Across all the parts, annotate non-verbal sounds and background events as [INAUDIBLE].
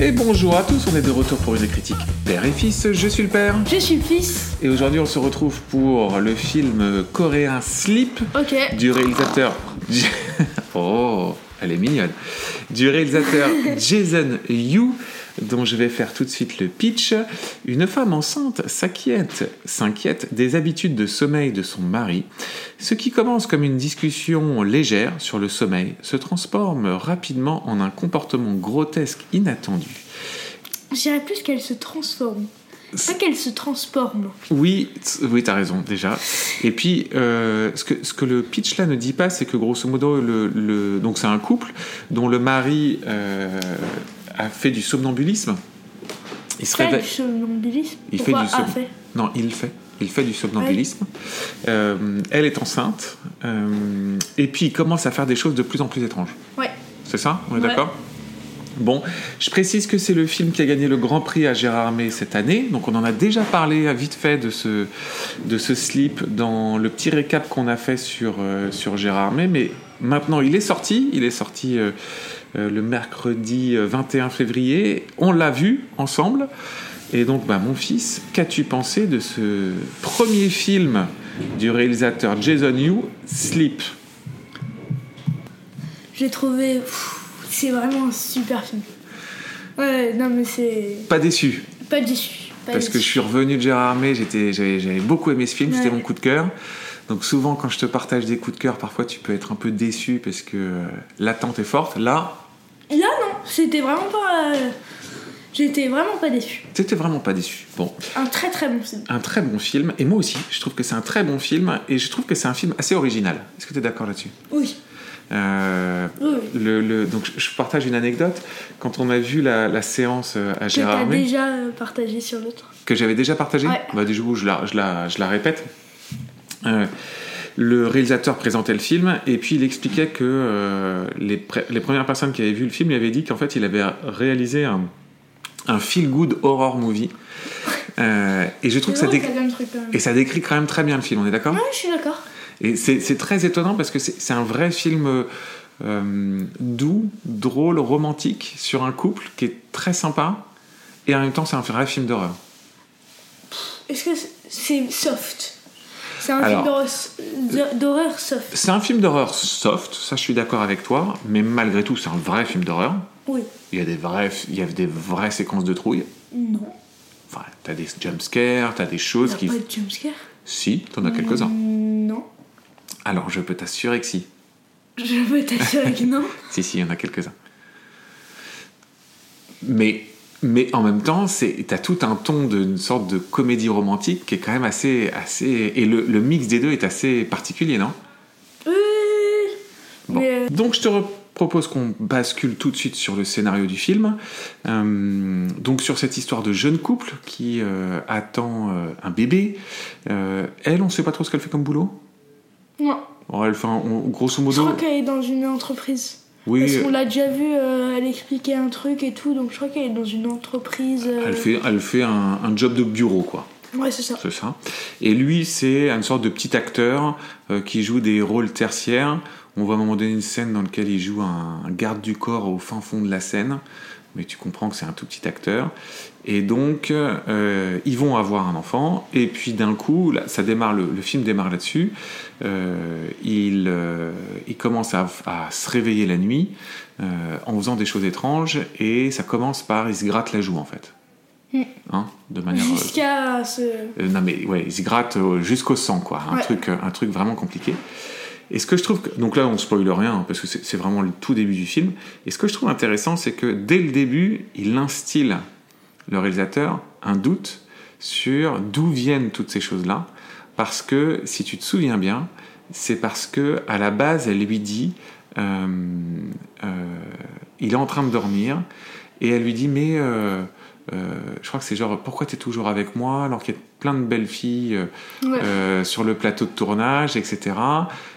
Et bonjour à tous, on est de retour pour une critique Père et Fils, je suis le père. Je suis le fils. Et aujourd'hui on se retrouve pour le film coréen Sleep Ok. du réalisateur... J- [LAUGHS] Oh, elle est mignonne. Du réalisateur Jason Yu, dont je vais faire tout de suite le pitch. Une femme enceinte s'inquiète, s'inquiète des habitudes de sommeil de son mari. Ce qui commence comme une discussion légère sur le sommeil se transforme rapidement en un comportement grotesque inattendu. Je dirais plus qu'elle se transforme. Pas qu'elle se transforme. Oui, t- oui, t'as raison déjà. Et puis, euh, ce, que, ce que le pitch là ne dit pas, c'est que grosso modo, le, le- donc c'est un couple dont le mari euh, a fait du somnambulisme. Il se Fait réveille. du somnambulisme. Il fait Pourquoi du a somn- fait Non, il fait. Il fait du somnambulisme. Euh, elle est enceinte. Euh, et puis, il commence à faire des choses de plus en plus étranges. Ouais. C'est ça On est Ouais. d'accord Bon, je précise que c'est le film qui a gagné le Grand Prix à Gérard May cette année. Donc on en a déjà parlé euh, vite fait de ce, de ce slip dans le petit récap qu'on a fait sur, euh, sur Gérard May. Mais maintenant il est sorti. Il est sorti euh, euh, le mercredi euh, 21 février. On l'a vu ensemble. Et donc bah, mon fils, qu'as-tu pensé de ce premier film du réalisateur Jason Yu, Sleep J'ai trouvé. pff, C'est vraiment un super film. Ouais, non mais c'est. Pas déçu Pas déçu. Pas Parce que je déçu. suis revenu de Gérard Armé, j'étais, j'avais, j'avais beaucoup aimé ce film, c'était Ouais. mon coup de cœur. Donc souvent quand je te partage des coups de cœur, parfois tu peux être un peu déçu parce que euh, l'attente est forte. Là, Là, non, c'était vraiment pas. euh, J'étais vraiment pas déçu. t'étais vraiment pas déçu. Bon, Un très très bon film. un très bon film, et moi aussi, je trouve que c'est un très bon film, et je trouve que c'est un film assez original. Est-ce que t'es d'accord là-dessus Oui. Euh, Oui. oui. le, le- Donc je- je partage une anecdote. Quand on a vu la, la séance euh, à Que t'as Gérard Armé, déjà euh, partagé sur l'autre. que j'avais déjà partagé. Ouais. Bah, du coup, je la, je la, je la répète. Euh, le réalisateur présentait le film et puis il expliquait que euh, les, pre- les premières personnes qui avaient vu le film lui avaient dit qu'en fait il avait réalisé un, un feel-good horror movie. Euh, et je trouve que ça, C'est déc- vrai, t'as plein de trucs quand même. et ça décrit quand même très bien le film, on est d'accord Ouais, je suis d'accord. et c'est c'est très étonnant parce que c'est c'est un vrai film euh, euh, doux, drôle, romantique sur un couple qui est très sympa et en même temps c'est un vrai film d'horreur. Est-ce que c'est- c'est soft C'est un Alors. film d'horreur s- d'hor- d'horreur soft. C'est un film d'horreur soft, ça je suis d'accord avec toi, mais malgré tout c'est un vrai film d'horreur. Oui. Il y a des vraies, il y a des vraies séquences de trouille. Non. Enfin, t'as des jumpscares, t'as des Il choses a qui... pas de Mmh. jumpscare Mm, Si, t'en as quelques-uns. Non. Alors je peux t'assurer que si. Je peux t'assurer [LAUGHS] que non. Si, si, il y en a quelques-uns. Mais, mais en même temps, c'est- t'as tout un ton d'une sorte de comédie romantique qui est quand même assez... assez et le, le mix des deux est assez particulier, non Oui. Bon. Mais, euh, Donc je te re- propose qu'on bascule tout de suite sur le scénario du film. Euh, donc sur cette histoire de jeune couple qui euh, attend euh, un bébé. Euh, elle, on ne sait pas trop ce qu'elle fait comme boulot. non. Bon, elle fait un- on- grosso Je modo. crois qu'elle est dans une entreprise. Parce Oui, qu'on l'a déjà vu, euh, elle expliquait un truc et tout, donc je crois qu'elle est dans une entreprise. euh, elle fait, elle fait un, un job de bureau, quoi. Ouais, c'est ça. C'est ça. Et lui, c'est une sorte de petit acteur euh, qui joue des rôles tertiaires. On voit à un moment donné une scène dans laquelle il joue un, un garde du corps au fin fond de la scène. Mais tu comprends que c'est un tout petit acteur. Et donc, euh, ils vont avoir un enfant. Et puis d'un coup, là, ça démarre, le, le film démarre là-dessus. Euh, il, euh, il commence à, à se réveiller la nuit euh, en faisant des choses étranges. Et ça commence par, il se gratte la joue en fait. Mm. Hein, de manière euh, Jusqu'à ce. euh, non mais ouais, il se gratte euh, jusqu'au sang quoi, un Ouais. truc, euh, un truc vraiment compliqué. Et ce que je trouve, que- donc là on spoil rien hein, parce que c'est c'est vraiment le tout début du film. Et ce que je trouve intéressant, c'est que dès le début, il instille le réalisateur un doute sur d'où viennent toutes ces choses là, parce que si tu te souviens bien, c'est parce que à la base elle lui dit, euh, euh, il est en train de dormir et elle lui dit mais euh, euh, je crois que c'est genre pourquoi t'es toujours avec moi alors qu'il y a plein de belles filles euh, Ouais. euh, sur le plateau de tournage etc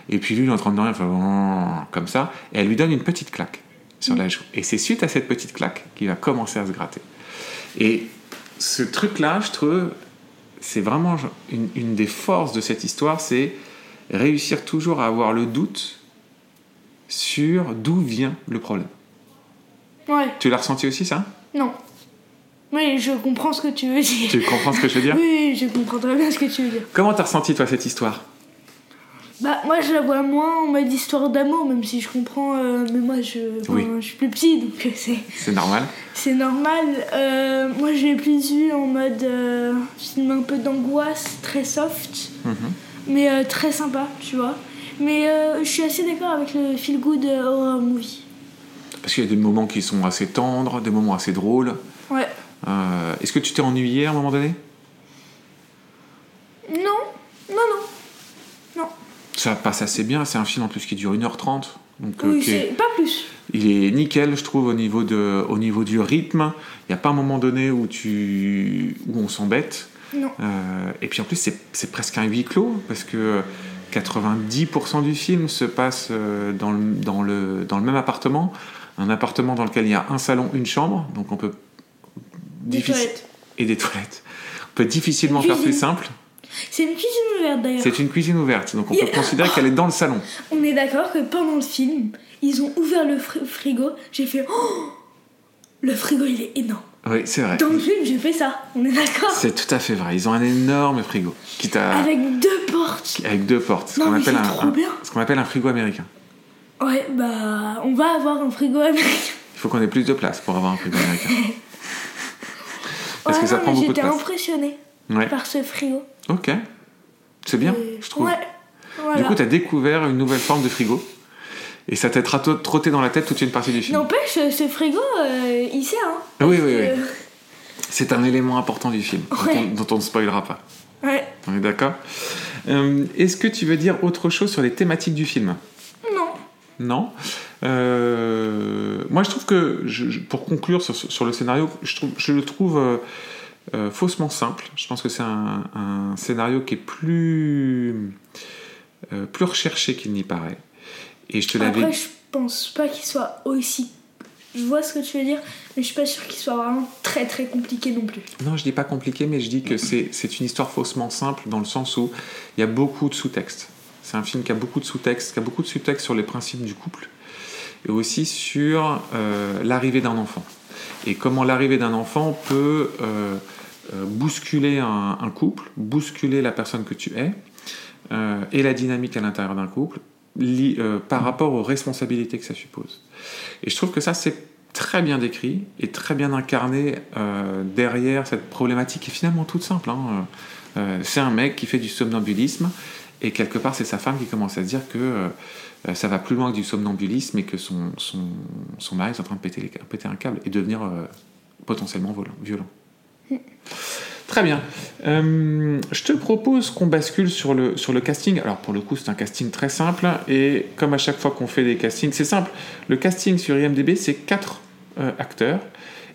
et puis lui il est en train de dormir il fait, Mmh comme ça et elle lui donne une petite claque sur Mm. la joue et c'est suite à cette petite claque qu'il va commencer à se gratter et ce truc là je trouve c'est vraiment une, une des forces de cette histoire c'est réussir toujours à avoir le doute sur d'où vient le problème Ouais. tu l'as ressenti aussi ça Non. Oui, je comprends ce que tu veux dire. Tu comprends ce que je veux dire Oui, je comprends très bien ce que tu veux dire. Comment t'as ressenti, toi, cette histoire Bah, moi, je la vois moins en mode histoire d'amour, même si je comprends. euh, mais moi, je, enfin, Oui. je suis plus petit, donc euh, c'est. C'est normal C'est normal. Euh, moi, je l'ai plus vu en mode euh, film un peu d'angoisse, très soft, Mhm. mais euh, très sympa, tu vois. Mais euh, je suis assez d'accord avec le feel good euh, horror movie. Parce qu'il y a des moments qui sont assez tendres, des moments assez drôles. Ouais. Euh, Est-ce que tu t'es ennuyé à un moment donné Non, non, non. Ça passe assez bien, c'est un film en plus qui dure 1h30. Donc, euh, Oui, qui est- c'est pas plus. il est nickel, je trouve, au niveau, de, au niveau du rythme. Il n'y a pas un moment donné où, tu, où on s'embête. Non. Euh, et puis en plus, c'est c'est presque un huis clos, parce que 90% du film se passe euh, dans le, dans, le, dans le même appartement. Un appartement dans lequel il y a un salon, une chambre, donc on peut. Des diffici- toilettes. Et des toilettes. On peut difficilement Une faire plus cuisine. simple. C'est une cuisine ouverte d'ailleurs. C'est une cuisine ouverte, donc on peut Yeah. considérer qu'elle est dans le salon. On est d'accord que pendant le film, ils ont ouvert le fri- frigo. J'ai fait Oh Le frigo, il est énorme. Oui, c'est vrai. Dans le film, j'ai fait ça. On est d'accord C'est tout à fait vrai. Ils ont un énorme frigo, quitte à- avec... Avec deux portes. deux portes, ce Ah, Non, qu'on mais appelle, c'est un- trop un- bien. ce qu'on appelle un frigo américain. Ouais, bah, on va avoir un [LAUGHS] frigo américain. Il faut qu'on ait plus de place pour avoir un frigo américain. [LAUGHS] Parce Ouais, que ça non, prend mais beaucoup de J'étais place. impressionnée Ouais. par ce frigo. Ok. C'est bien, Et- je trouve. Euh, Ouais. Voilà. Du coup, t'as découvert une nouvelle forme de frigo. Et ça t'a tratto- trotté dans la tête toute une partie du film. N'empêche, ce ce frigo, euh, il sert. Hein, Oui, Parce oui, oui. que- C'est un élément important du film, dont Ouais. on- dont on ne spoilera pas. Ouais. On est d'accord Euh, Est-ce que tu veux dire autre chose sur les thématiques du film Non. Non. Euh, moi, je trouve que, je- je- pour conclure sur, sur le scénario, je, trouve- je le trouve euh, euh, faussement simple. Je pense que c'est un, un scénario qui est plus, euh, plus recherché qu'il n'y paraît. Et je te l'avais Après, je pense pas qu'il soit aussi. Je vois ce que tu veux dire, mais je suis pas sûre qu'il soit vraiment très très compliqué non plus. Non, je dis pas compliqué, mais je dis que c'est c'est une histoire faussement simple dans le sens où il y a beaucoup de sous-textes. C'est un film qui a beaucoup de sous-textes, qui a beaucoup de sous-textes sur les principes du couple et aussi sur euh, l'arrivée d'un enfant. Et comment l'arrivée d'un enfant peut euh, euh, bousculer un, un couple, bousculer la personne que tu es euh, et la dynamique à l'intérieur d'un couple li- euh, par rapport aux responsabilités que ça suppose. Et je trouve que ça, c'est très bien décrit et très bien incarné euh, derrière cette problématique qui est finalement toute simple. hein. Euh, c'est un mec qui fait du somnambulisme et quelque part c'est sa femme qui commence à se dire que euh, ça va plus loin que du somnambulisme et que son, son, son mari est en train de péter, les ca- péter un câble et devenir euh, potentiellement volant- violent. [LAUGHS] Très bien. Euh, je te propose qu'on bascule sur le, sur le casting. Alors pour le coup, c'est un casting très simple et comme à chaque fois qu'on fait des castings, c'est simple. Le casting sur IMDb, c'est quatre euh, acteurs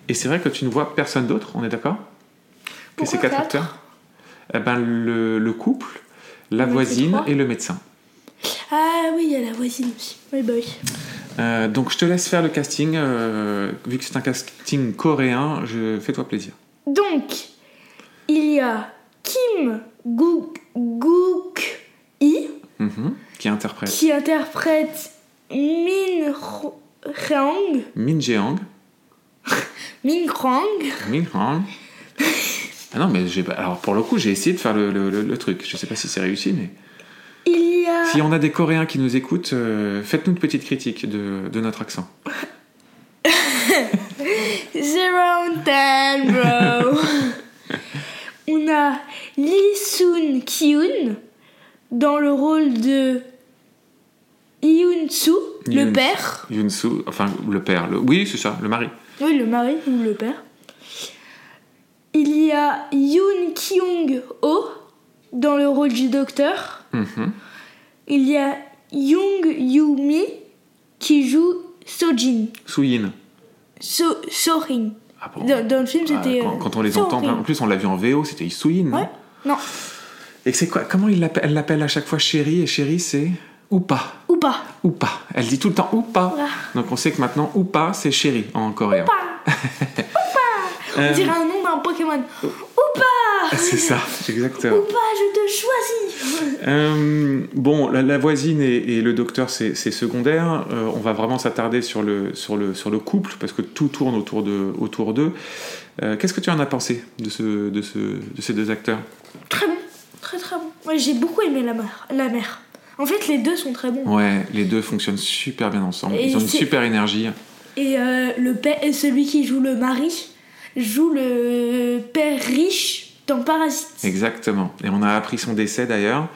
et c'est vrai que tu ne vois personne d'autre. On est d'accord Que Pourquoi ces quatre quatre acteurs Eh ben le, le couple, la Donc, c'est voisine trois et le médecin. Ah oui, il y a la voisine aussi. Oui, bah oui. Euh, donc je te laisse faire le casting. euh, vu que c'est un casting coréen, je fais-toi plaisir. Donc, il y a Kim Gook Gook I Mhm. Qui interprète qui interprète Min Rang. Min Jeong. Min Rang. Min Hong. Ah non, mais j'ai pas- Alors pour le coup, j'ai essayé de faire le, le- le- le truc. Je sais pas si c'est réussi, mais. Il y a. Si on a des Coréens qui nous écoutent, euh, faites-nous une petite critique de, de notre accent. Zero and [LAUGHS] ten, bro. On a Lee Soon Kyun dans le rôle de Yoon Soo, Yoon. le père. Yunsu, enfin le père. le- Oui, c'est ça, le mari. Oui, le mari ou le père. Il y a Yoon Kyung Ho dans le rôle du docteur. Mhm. Il y a Young Yoo Mi qui joue Sojin. Suyin. So Sorin. Ah bon Dans, dans le film, Ah, c'était. quand, euh, quand on les Sorin. entend, bah, en plus on l'a vu en VO, c'était Suyin. non Ouais. Non, Et c'est quoi Comment il l'appelle- elle l'appelle à chaque fois chérie et chérie c'est ou pas ou pas. ou pas. Elle dit tout le temps ou pas. Ah. Donc on sait que maintenant ou pas c'est [LAUGHS] chérie en coréen. Oupa Oupa On Euh, Ah, dirait un nom d'un Pokémon. Oupa [LAUGHS] pas C'est ça, exactement. Ou pas, je te choisis Euh, bon, la, la voisine et, et le docteur, c'est c'est secondaire. Euh, on va vraiment s'attarder sur le, sur, le, sur le couple, parce que tout tourne autour d'eux. Autour d'eux. Euh, Qu'est-ce que tu en as pensé de, ce, de, ce, de ces deux acteurs Très bon, très très bon. Moi j'ai beaucoup aimé la mère. La mère. En fait, les deux sont très bons. Ouais, les deux fonctionnent super bien ensemble. Et Ils ont une c'est- super énergie. Et euh, le père, et celui qui joue le mari joue le père riche dans Parasite. Exactement. Et on a appris son décès d'ailleurs.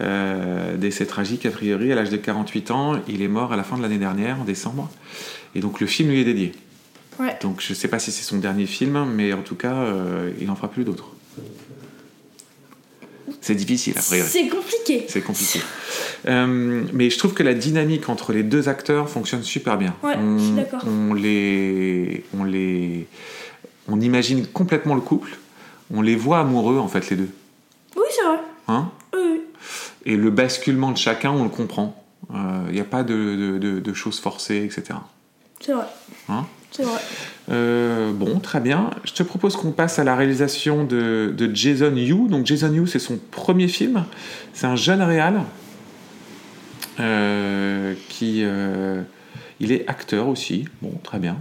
Euh, décès tragique, a priori, à l'âge de 48 ans. Il est mort à la fin de l'année dernière, en décembre. Et donc le film lui est dédié. Ouais. Donc je sais pas si c'est son dernier film, mais en tout cas, euh, il n'en fera plus d'autres. C'est difficile, a priori. C'est compliqué. C'est compliqué. Euh, mais je trouve que la dynamique entre les deux acteurs fonctionne super bien. Ouais, on, je suis d'accord. On les, on les, on imagine complètement le couple. On les voit amoureux en fait les deux. Oui, c'est vrai. Hein Oui, oui. Et le basculement de chacun, on le comprend. Il n'y a pas de, de- de- de choses forcées, etc. c'est vrai. Hein C'est vrai. Euh, bon, très bien. Je te propose qu'on passe à la réalisation de, de Jason Yu. Donc Jason Yu, c'est son premier film. C'est un jeune réal euh, qui, euh, il est acteur aussi. Bon, très bien.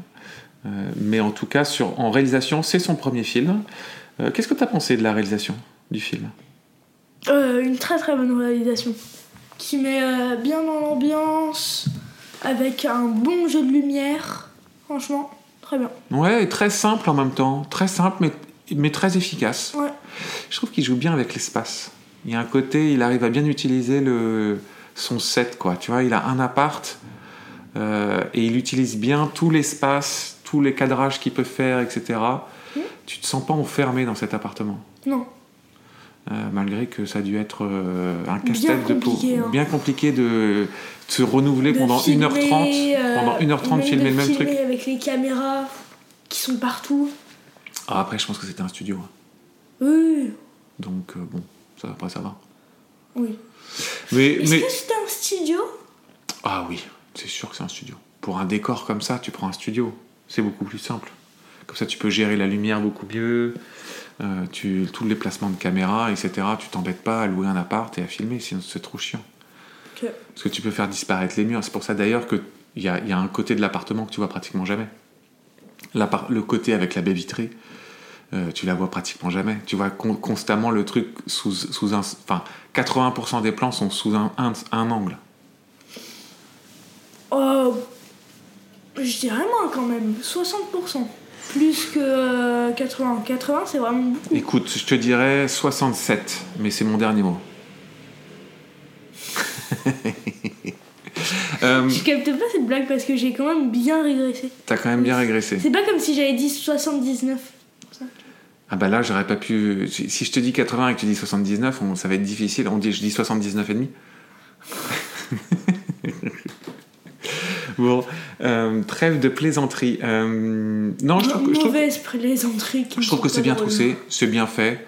Euh, mais en tout cas, sur, en réalisation, c'est son premier film. Euh, Qu'est-ce que tu as pensé de la réalisation du film Euh, une très très bonne réalisation qui met euh, bien dans l'ambiance avec un bon jeu de lumière. Franchement, très bien. Ouais, et très simple en même temps. Très simple, mais, mais très efficace. Ouais. Je trouve qu'il joue bien avec l'espace. Il y a un côté, il arrive à bien utiliser le, son set, quoi. Tu vois, il a un appart euh, et il utilise bien tout l'espace, tous les cadrages qu'il peut faire, etc. Mmh. Tu te sens pas enfermé dans cet appartement. Non, Euh, malgré que ça a dû être euh, un Bien casse-tête de peau. compliqué, hein. Bien compliqué de se renouveler de pendant filmer, 1h30. euh, pendant 1h30, même filmer de le même truc. avec les caméras qui sont partout. Ah, après, je pense que c'était un studio. hein. Oui, Donc, euh, bon, ça, après, ça va. oui. Mais, Est-ce mais... que c'était un studio Ah oui, c'est sûr que c'est un studio. Pour un décor comme ça, tu prends un studio. C'est beaucoup plus simple. Comme ça, tu peux gérer la lumière beaucoup mieux, euh, tu, tous les placements de caméra, etc. Tu t'embêtes pas à louer un appart et à filmer, sinon c'est trop chiant. Ok. Parce que tu peux faire disparaître les murs. C'est pour ça d'ailleurs qu'il y a, il y a un côté de l'appartement que tu vois pratiquement jamais. L'appart- Le côté avec la baie vitrée, euh, tu la vois pratiquement jamais. Tu vois con- constamment le truc sous, sous un. Enfin, 80% des plans sont sous un- un- un angle. Oh, je dirais moins quand même, 60%. Plus que euh, 80. 80, c'est vraiment beaucoup. Écoute, je te dirais 67, mais c'est mon dernier mot. [LAUGHS] euh, Je capte pas cette blague parce que j'ai quand même bien régressé. T'as quand même bien régressé. C'est pas comme si j'avais dit 79. Ah bah là, j'aurais pas pu. Si si je te dis 80 et que tu dis 79, on- ça va être difficile. On dit, je dis 79 et demi. [LAUGHS] bon, euh, trêve de plaisanterie. Euh, non, je trouve, que- je trouve- Mauvaise plaisanterie. qui je trouve que me c'est bien drôle. troussé, c'est bien fait.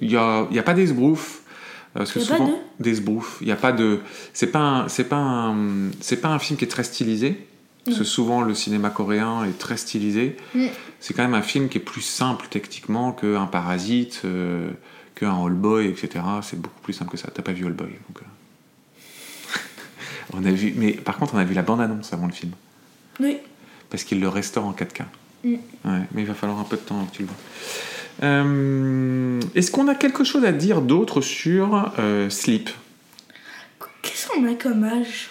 Il n'y a, il y a pas d'esbrouf. euh, Parce que Il y a pas souvent, des esbroufs. Il n'y a pas de. C'est pas, un- c'est, pas un, c'est pas un film qui est très Mm. stylisé. Parce que souvent, le cinéma coréen est très stylisé. Mm. C'est quand même un film qui est plus simple techniquement qu'un Parasite, euh, qu'un All Boy, etc. C'est beaucoup plus simple que ça. T'as pas vu All Boy. Donc, euh. [LAUGHS] on a vu, mais par contre, on a vu la bande-annonce avant le film Oui. parce qu'il le restaure en 4K. Mm. Ouais, mais il va falloir un peu de temps avant que tu le vois. Euh, Est-ce qu'on a quelque chose à dire d'autre sur euh, Sleep Qu'est-ce qu'on a comme âge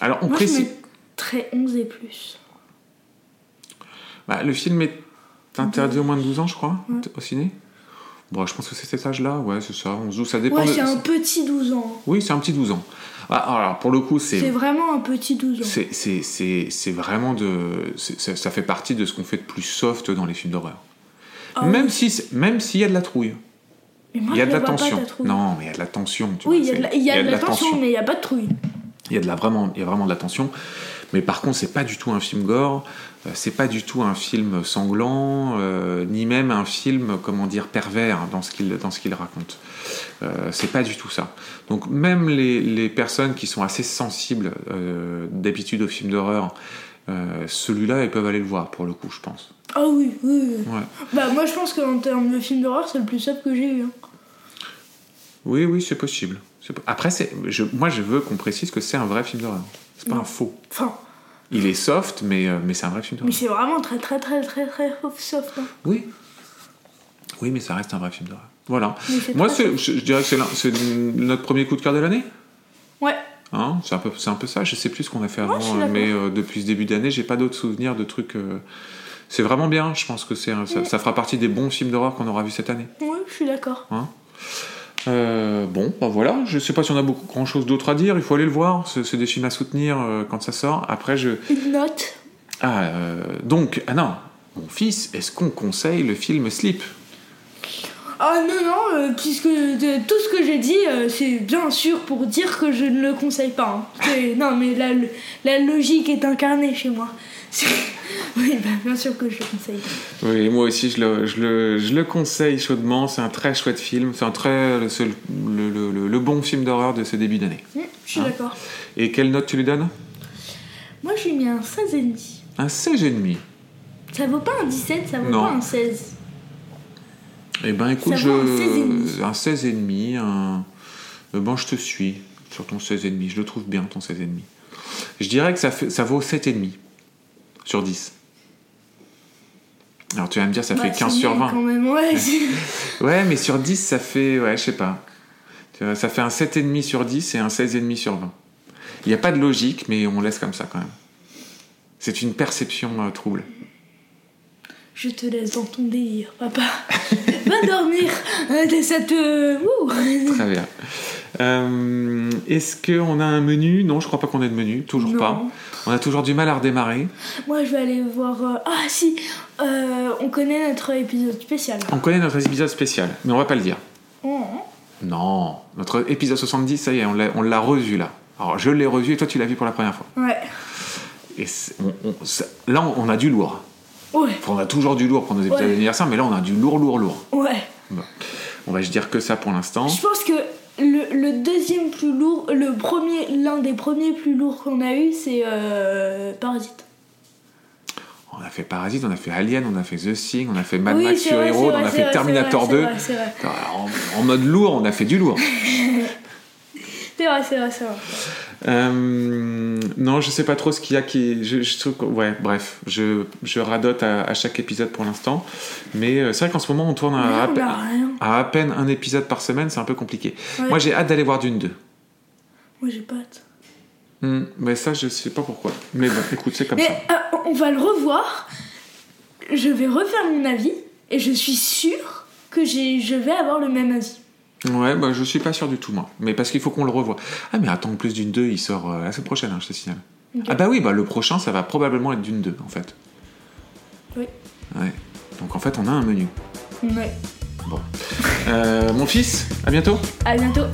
Alors, on Moi, je précise. mettrais 11 et plus. Bah, le film est interdit aux moins de 12 ans, je crois, Mm. Ouais. t- au ciné. Bon, je pense que c'est cet âge-là, ouais, c'est ça, 11 12, ça dépend. Ouais, de- c'est un petit 12 ans. Oui, c'est un petit 12 ans. Ah, alors, pour le coup, C'est vraiment un petit 12 ans. C'est- C'est c'est- c'est vraiment de. c'est- Ça, ça fait partie de ce qu'on fait de plus soft dans les films d'horreur. Ah même si c'est- même s'il y a de la trouille. Mais moi, Il y a je de la la vois pas, tension. ta trouille. non, mais il y a de la tension. tu vois, Oui, il y a de c'est- la, il y a de la tension, mais il n'y a pas de trouille. Il y a de la vraiment, il y a vraiment de la tension. Mais par contre, c'est pas du tout un film gore. euh, C'est pas du tout un film sanglant, euh, ni même un film, comment dire, pervers dans ce qu'il dans ce qu'il raconte. Euh, c'est pas du tout ça. Donc même les, les personnes qui sont assez sensibles euh, d'habitude aux films d'horreur Euh, Celui-là, ils peuvent aller le voir pour le coup, je pense. Ah oui, oui, oui. Ouais. Bah, moi, je pense qu'en termes de film d'horreur, c'est le plus sobre que j'ai eu. hein. Oui, oui, c'est possible. C'est po- Après, c'est- je- moi, je veux qu'on précise que c'est un vrai film d'horreur. C'est pas Non. un faux. Enfin, Il est soft, mais, euh, mais c'est un vrai film mais d'horreur. c'est vraiment très, très, très, très, très soft. hein. Oui. Oui, mais ça reste un vrai film d'horreur. Voilà. Mais c'est Moi, très c'est- je, je dirais que c'est l'un- c'est notre premier coup de cœur de l'année. Ouais. Hein, c'est un peu, c'est un peu ça. Je sais plus ce qu'on a fait Ouais, avant, je suis euh, d'accord. mais euh, depuis ce début d'année, j'ai pas d'autres souvenirs de trucs. euh, C'est vraiment bien. Je pense que c'est, un- ça, Mm. ça fera partie des bons films d'horreur qu'on aura vu cette année. Oui, je suis d'accord. Euh, bon, ben voilà. Je sais pas si on a beaucoup grand chose d'autre à dire. Il faut aller le voir. C'est, c'est des films à soutenir euh, quand ça sort. Après, je. Une note. Ah, euh, donc, ah non, mon fils, est-ce qu'on conseille le film Sleep Ah non, non, euh, puisque de- tout ce que j'ai dit, euh, c'est bien sûr pour dire que je ne le conseille pas. hein. C'est- Non, mais la, la logique est incarnée chez moi. [LAUGHS] C'est- Oui, bah, bien sûr que je le conseille. Oui, moi aussi, je le, je le, je le conseille chaudement. C'est un très chouette film. C'est un très c'est le, le- le- le bon film d'horreur de ce début d'année. Hum, je suis Ah. d'accord. Et quelle note tu lui donnes Moi, j'ai mis un 16,5. Un 16,5. Ça vaut pas un 17, ça vaut Non. pas un 16. Eh ben écoute, Ça je... vaut un un 16,5. Un euh, Bon, je te suis sur ton 16,5. Je le trouve bien, ton 16,5. Je dirais que ça, fait... ça vaut 7,5 sur 10. Alors tu vas me dire, ça Bah, fait c'est 15 sur nul 20. Quand même, ouais. c'est- Ouais, mais sur 10, ça fait. Ouais, je sais pas. Tu vois, Ça fait un 7,5 sur 10 et un 16,5 sur 20. Il n'y a pas de logique, mais on laisse comme ça quand même. C'est une perception euh, trouble. Je te laisse dans ton délire, papa. [LAUGHS] Va dormir. Euh, Ça te. Ouh. [LAUGHS] Très bien. Euh, Est-ce qu'on a un menu Non, je crois pas qu'on ait de menu. Toujours Non. pas. On a toujours du mal à redémarrer. Moi, je vais aller voir. euh, Ah, si euh, On connaît notre épisode spécial. On connaît notre épisode spécial, mais on va pas le dire. Oh. Non. Notre épisode 70, ça y est, on l'a- on l'a revu là. Alors, je l'ai revu et toi, tu l'as vu pour la première fois. Ouais. Et c'est- on- on- ça- là, on a du lourd. Ouais. Enfin, on a toujours du lourd pour nos épisodes Ouais. d'anniversaire, mais là on a du lourd, lourd, lourd. Ouais. Bon. On va se dire que ça pour l'instant. Je pense que le, le deuxième plus lourd, le premier, l'un des premiers plus lourds qu'on a eu, c'est euh, Parasite. On a fait Parasite, on a fait Alien, on a fait The Thing, on a fait Mad Oui, Max c'est sur vrai, c'est Hero, vrai, on a c'est fait vrai, Terminator c'est 2. vrai, C'est vrai, Alors, En, en mode lourd, on a fait du lourd. c'est vrai, c'est vrai, c'est vrai. c'est vrai. Euh, non, je sais pas trop ce qu'il y a qui. Je, je trouve que- Ouais, bref, je, je radote à, à chaque épisode pour l'instant. Mais euh, c'est vrai qu'en ce moment on tourne Mais oh à, à on pe- a rien. à à peine un épisode par semaine, c'est un peu compliqué. Ouais. Moi j'ai hâte d'aller voir Dune 2. Moi, j'ai pas hâte. Hmm, mais ça, je sais pas pourquoi. Mais bon, écoute, c'est comme ça. Mais euh, on va le revoir. Je vais refaire mon avis et je suis sûre que j'ai, je vais avoir le même avis. Ouais, bah, je suis pas sûr du tout, moi. Mais parce qu'il faut qu'on le revoie. Ah, mais attends, en plus d'une 2, il sort euh, la semaine prochaine, hein, je te signale. Ok. Ah, bah oui, bah, le prochain, ça va probablement être d'une 2, en fait. Oui. Ouais. Donc, en fait, on a un menu. Ouais. Euh, mon fils, à bientôt. À bientôt.